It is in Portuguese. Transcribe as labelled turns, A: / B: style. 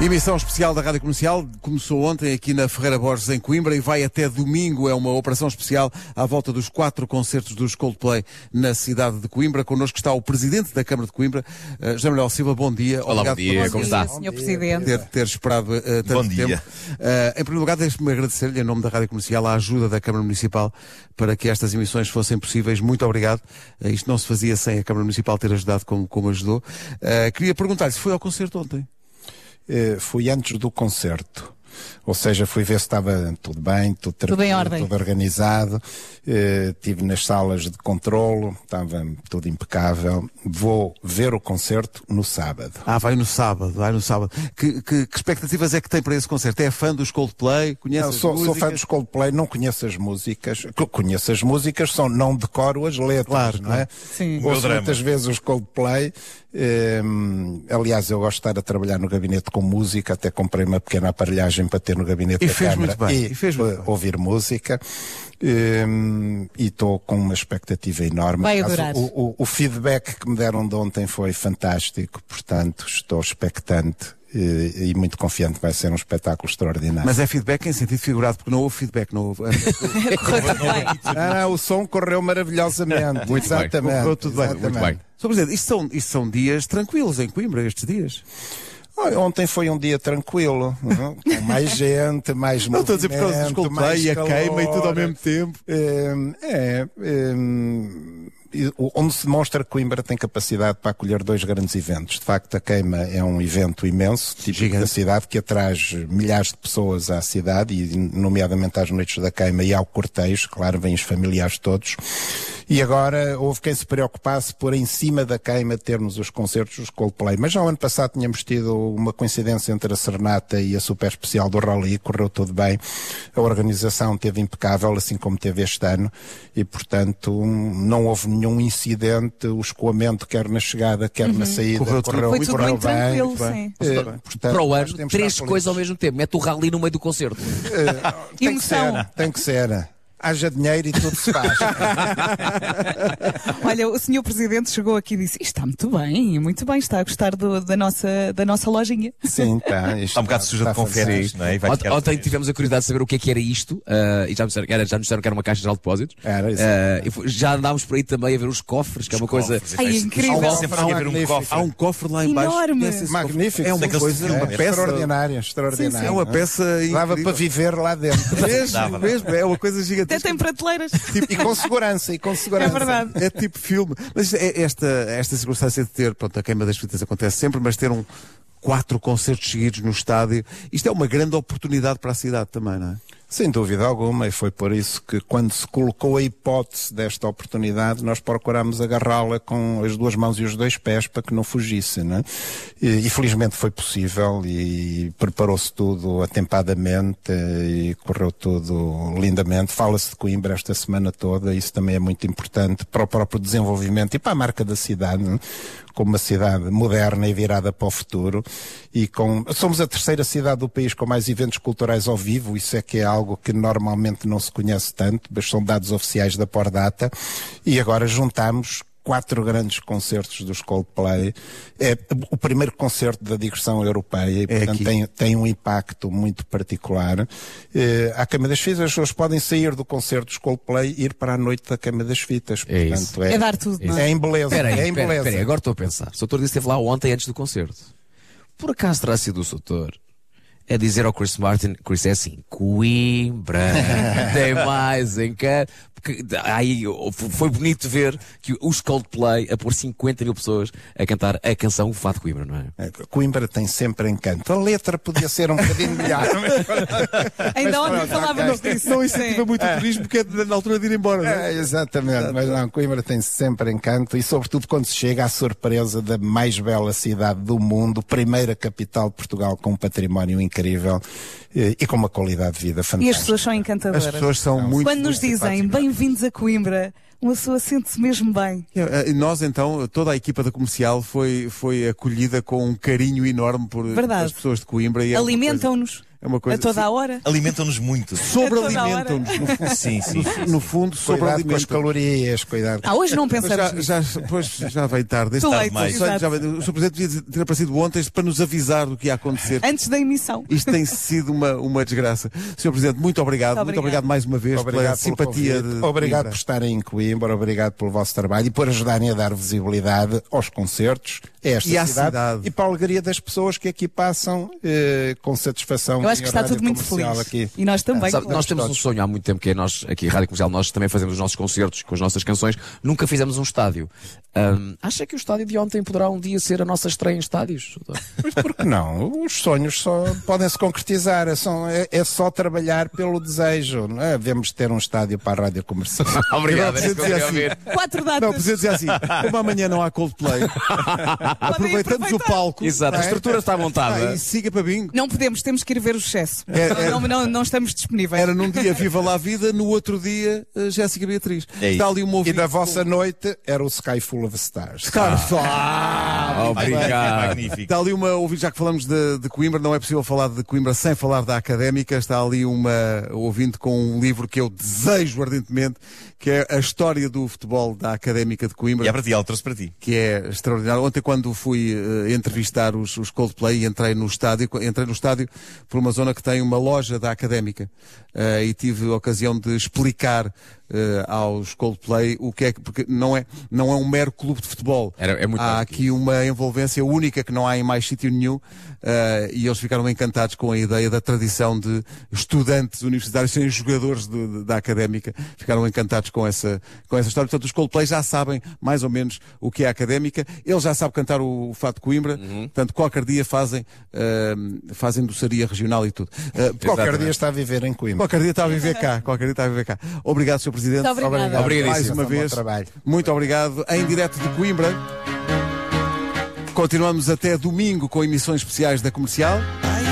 A: Emissão especial da Rádio Comercial começou ontem aqui na Ferreira Borges, em Coimbra, e vai até domingo. É uma operação especial à volta dos quatro concertos dos Coldplay na cidade de Coimbra. Connosco está o Presidente da Câmara de Coimbra, eh, José Manuel Silva. Bom dia.
B: Olá, bom dia.
A: por
B: Como
C: Bom dia,
B: está?
C: Senhor Presidente.
A: ter, ter esperado eh, tanto
B: Bom dia.
A: tempo. Eh, em primeiro lugar, deixe-me agradecer-lhe, em nome da Rádio Comercial, a ajuda da Câmara Municipal para que estas emissões fossem possíveis. Muito obrigado. Eh, isto não se fazia sem a Câmara Municipal ter ajudado como, como ajudou. Eh, queria perguntar-lhe se foi ao concerto ontem.
D: Eh, fui antes do concerto. Ou seja, fui ver se estava tudo bem, tudo tranquilo,
C: em ordem.
D: tudo organizado. Eh, Estive nas salas de controlo, estava tudo impecável. Vou ver o concerto no sábado.
A: Ah, vai no sábado, vai no sábado. Que, que- que expectativas é que tem para esse concerto? É fã dos Coldplay? Conhece
D: Não,
A: as
D: sou, sou fã
A: músicas?
D: dos Coldplay, não conheço as músicas. Co- Conheço as músicas, só não decoro as letras,
A: Claro,
D: não é?
C: Sim.
B: Meu
D: Ouço
B: drama.
D: muitas vezes os Coldplay. Hum, aliás, eu gosto de estar a trabalhar no gabinete com música, até comprei uma pequena aparelhagem para ter no gabinete
A: E
D: da
A: fez
D: Câmara
A: muito bem,
D: e,
A: e fez muito
D: eh,
A: bem.
D: ouvir música. Hum, e estou com uma expectativa enorme.
C: Vai
D: Caso-
C: adorar.
D: O, o- o feedback que me deram de ontem foi fantástico, portanto, estou expectante. eh, E muito confiante, vai ser um espetáculo extraordinário.
A: Mas é feedback em sentido figurado, porque não houve feedback, não houve.
D: Ah, o som correu maravilhosamente. muito exatamente.
A: Correu tudo bem,
D: exatamente.
B: muito bem.
A: Sr. Presidente, isto são, isto são dias tranquilos em Coimbra, estes dias.
D: Ah, Ontem foi um dia tranquilo, uhum, com mais gente, mais
A: Não
D: movimento,
A: estou a dizer por causa dos
D: mais
A: Coldplay, e a
D: calor.
A: queima e tudo ao mesmo tempo.
D: Hum, é, hum, e o- onde se demonstra que Coimbra tem capacidade para acolher dois grandes eventos. De facto, a queima é um evento imenso, típico
A: Gigante.
D: da cidade, que atraz milhares de pessoas à cidade, e nomeadamente às noites da queima e ao cortejo, claro, vêm os familiares todos. E agora houve quem se preocupasse por em cima da queima termos os concertos dos Coldplay. Mas já o ano passado tínhamos tido uma coincidência entre a Serenata e a Super Especial do Rally, correu tudo bem. A organização teve impecável, assim como teve este ano, e portanto um, não houve nenhum incidente, o escoamento quer na chegada, quer na saída,
A: Correu tudo
D: correu, correu,
C: Foi tudo muito
D: bem.
C: tranquilo,
D: muito bem.
C: sim.
D: Eh, portanto,
E: para o
D: nós
E: ano,
D: temos de
E: três
D: estar
E: coisas ao
D: felizes.
E: mesmo tempo. Mete o rally no meio do concerto.
D: Tem que
C: Emoção.
D: ser, tem que ser. Haja dinheiro e tudo se faz.
C: Olha, o senhor Presidente chegou aqui e disse: "Isto está muito bem, muito bem, está a gostar do- da, nossa, da nossa lojinha.
D: Sim, tá. isto
B: Está um bocado suja de confetes,
D: fantástico.
B: não é? E vai
E: Ontem,
B: ficar-
E: ontem tivemos a curiosidade de saber o que é que era isto, ah, e já nos, disseram, que era, já nos disseram que era uma caixa de depósitos.
D: Era, isso.
E: Ah, e foi- já andámos por aí também a ver os cofres, que é uma coisa.
B: Cofres,
C: Ai,
B: é
C: incrível.
B: Há sempre que haver um
D: Magnífico.
B: cofre.
A: Há um cofre lá em baixo.
C: Enorme.
A: Conhece-se-
D: Magnífico.
A: É uma
D: Daqueles
A: coisa,
D: filmes.
A: uma peça.
D: extraordinária, extraordinária.
A: É uma peça
D: Dava
A: incrível.
D: para viver lá dentro.
A: Mesmo, mesmo, é uma coisa
C: Até
A: gigantesca.
C: tem prateleiras.
D: Tipo, e com segurança, e com
C: É
D: segurança.
C: verdade.
A: É tipo filme. Mas isto é- esta, esta circunstância de ter, pronto, a queima das fitas acontece sempre, mas ter um quatro concertos seguidos no estádio, isto é uma grande oportunidade para a cidade também, não é?
D: Sem dúvida alguma, e foi por isso que quando se colocou a hipótese desta oportunidade, nós procurámos agarrá-la com as duas mãos e os dois pés para que não fugisse, né? E, e felizmente foi possível e preparou-se tudo atempadamente e correu tudo lindamente. Fala-se de Coimbra esta semana toda, isso também é muito importante para o próprio desenvolvimento e para a marca da cidade, né? como uma cidade moderna e virada para o futuro e com somos a terceira cidade do país com mais eventos culturais ao vivo, isso é que é algo que normalmente não se conhece tanto, mas são dados oficiais da Pordata e agora juntamos quatro grandes concertos dos Coldplay. É o primeiro concerto da digressão
E: É
D: europeia e,
A: aqui.
D: portanto, tem, tem um impacto muito particular. Eh, à Cama das Fitas, as pessoas podem sair do concerto dos Coldplay e ir para a noite da Cama das Fitas.
E: É
D: portanto,
E: isso.
C: É dar tudo, não
D: é
C: é?
D: em beleza.
E: Espera aí,
D: é em
E: espera
D: beleza.
E: espera aí, agora estou a pensar. O Soutor disse que esteve lá ontem antes do concerto. Por acaso terá sido o Soutor a dizer ao Chris Martin, Chris é assim, Coimbra, tem mais em cá. Porque aí oh, f- foi bonito ver que os Coldplay a pôr 50 mil pessoas a cantar a canção O Fato Coimbra, não é?
D: Coimbra tem sempre encanto. A letra podia ser um bocadinho melhor.
C: Ainda ontem falávamos disso. Não, isso
A: Tive muito turismo porque é na altura de ir embora, não é?
D: É, exatamente, mas não, Coimbra tem sempre encanto e sobretudo quando se chega à surpresa da mais bela cidade do mundo, primeira capital de Portugal com um património incrível eh, e com uma qualidade de vida
C: E as
D: fantástica.
C: pessoas são encantadoras.
A: As pessoas são muito.
C: Quando nos dizem bem-vindos a Coimbra, uma pessoa sente-se mesmo bem.
A: Eh, Nós então, toda a equipa da comercial foi, foi acolhida com um carinho enorme por
C: Verdade.
A: as pessoas de Coimbra. e é uma coisa-
C: Alimentam-nos.
A: É uma coisa.
C: A toda a hora?
F: Alimentam-nos muito.
A: Sobrealimentam-nos.
F: Sim, sim.
A: No, no fundo,
D: Cuidado com as
A: sobrealimentam-nos.
D: calorias, cuidado.
C: Ah, hoje não
A: Mas já,
C: pensamos nisso.
A: já, pois, já vem tarde. Este
C: Too
A: tarde
C: late,
A: mais.
C: exato.
A: Já vem- o Sr. Presidente devia ter aparecido ontem isto para nos avisar do que ia acontecer.
C: Antes da emissão.
A: Isto tem sido uma, uma desgraça. Sr. Presidente, muito obrigado.
C: Muito
A: Muito obrigado
C: obrigada.
A: mais uma vez pela
D: pelo
A: simpatia.
D: convite,
A: de-
D: obrigado
A: de-
D: por estarem em Coimbra, obrigado pelo vosso trabalho e por ajudarem a dar visibilidade aos concertos, a esta
A: E à
D: cidade,
A: cidade.
D: e para a alegria das pessoas que aqui passam eh, com
A: é um
D: satisfação.
C: Eu
D: em
C: acho que está
D: rádio
C: tudo muito
D: comercial
C: feliz.
D: Aqui.
C: E nós também.
E: Sabe,
C: claro.
E: nós temos um sonho há muito tempo que é nós, aqui a Rádio Comercial, nós também fazemos os nossos concertos com as nossas canções, nunca fizemos um estádio. Ahm, acha que o estádio de ontem poderá um dia ser a nossa estreia em estádios?
D: Mas por que não? Os sonhos só podem se concretizar, é só, é- é só trabalhar pelo desejo. Não é? Devemos ter um estádio para a rádio comercial.
E: Obrigado, era isso que eu queria
A: Presidente,
E: ouvir.
C: Quatro
A: Não, o
C: datas.
A: Presidente dizia assim: como amanhã não há Coldplay, aproveitamos o palco.
E: Exato, a
A: não é?
E: estrutura está montada.
A: Ah, e siga para bingo.
C: Não podemos, temos que ir ver o excesso.
A: É, é.
C: Não, não, não estamos disponíveis.
A: Era num dia Viva lá a Vida, no outro dia eh, Jéssica Beatriz.
F: É
A: Está
F: isso.
A: ali um
D: e
A: ouvinte.
D: da vossa noite era o Sky Full of Stars.
A: Claro, ah,
E: Obrigado.
F: Magnífico.
A: Está ali uma, ouvinte, já que falamos de, de Coimbra, não é possível falar de Coimbra sem falar da académica. Está ali uma ouvinte com um livro que eu desejo ardentemente, que é A História do Futebol da Académica de Coimbra.
F: E é para ti, ela trouxe para ti.
A: que é extraordinário. Ontem quando fui eh, entrevistar os, os Coldplay, entrei no estádio, entrei no estádio por uma zona que tem uma loja da Académica eh, e tive a ocasião de explicar eh, aos Coldplay o que é que, porque não é, não é um mero clube de futebol.
E: Era- é muito
A: há
E: mais do que
A: aqui uma envolvência única que não há em mais sítio nenhum eh, e eles ficaram encantados com a ideia da tradição de estudantes universitários serem jogadores de- de- da Académica. Ficaram encantados com essa, com essa história. Portanto, os Coldplay já sabem mais ou menos o que é a Académica. Ele já sabe cantar o, Fato Coimbra. Portanto, qualquer dia fazem, eh, fazem doçaria regional e tudo. Eh,
D: Qualquer dia está a viver em Coimbra.
A: Qualquer dia está a viver cá. Qualquer dia está a viver cá. Obrigado, Sr. Presidente.
C: Muito obrigada.
A: Obrigado. Mais
D: Obrigadíssimo.
A: uma
D: Foi um bom
A: vez.
D: trabalho.
A: Muito obrigado. Em direto de Coimbra. Continuamos até domingo com emissões especiais da comercial.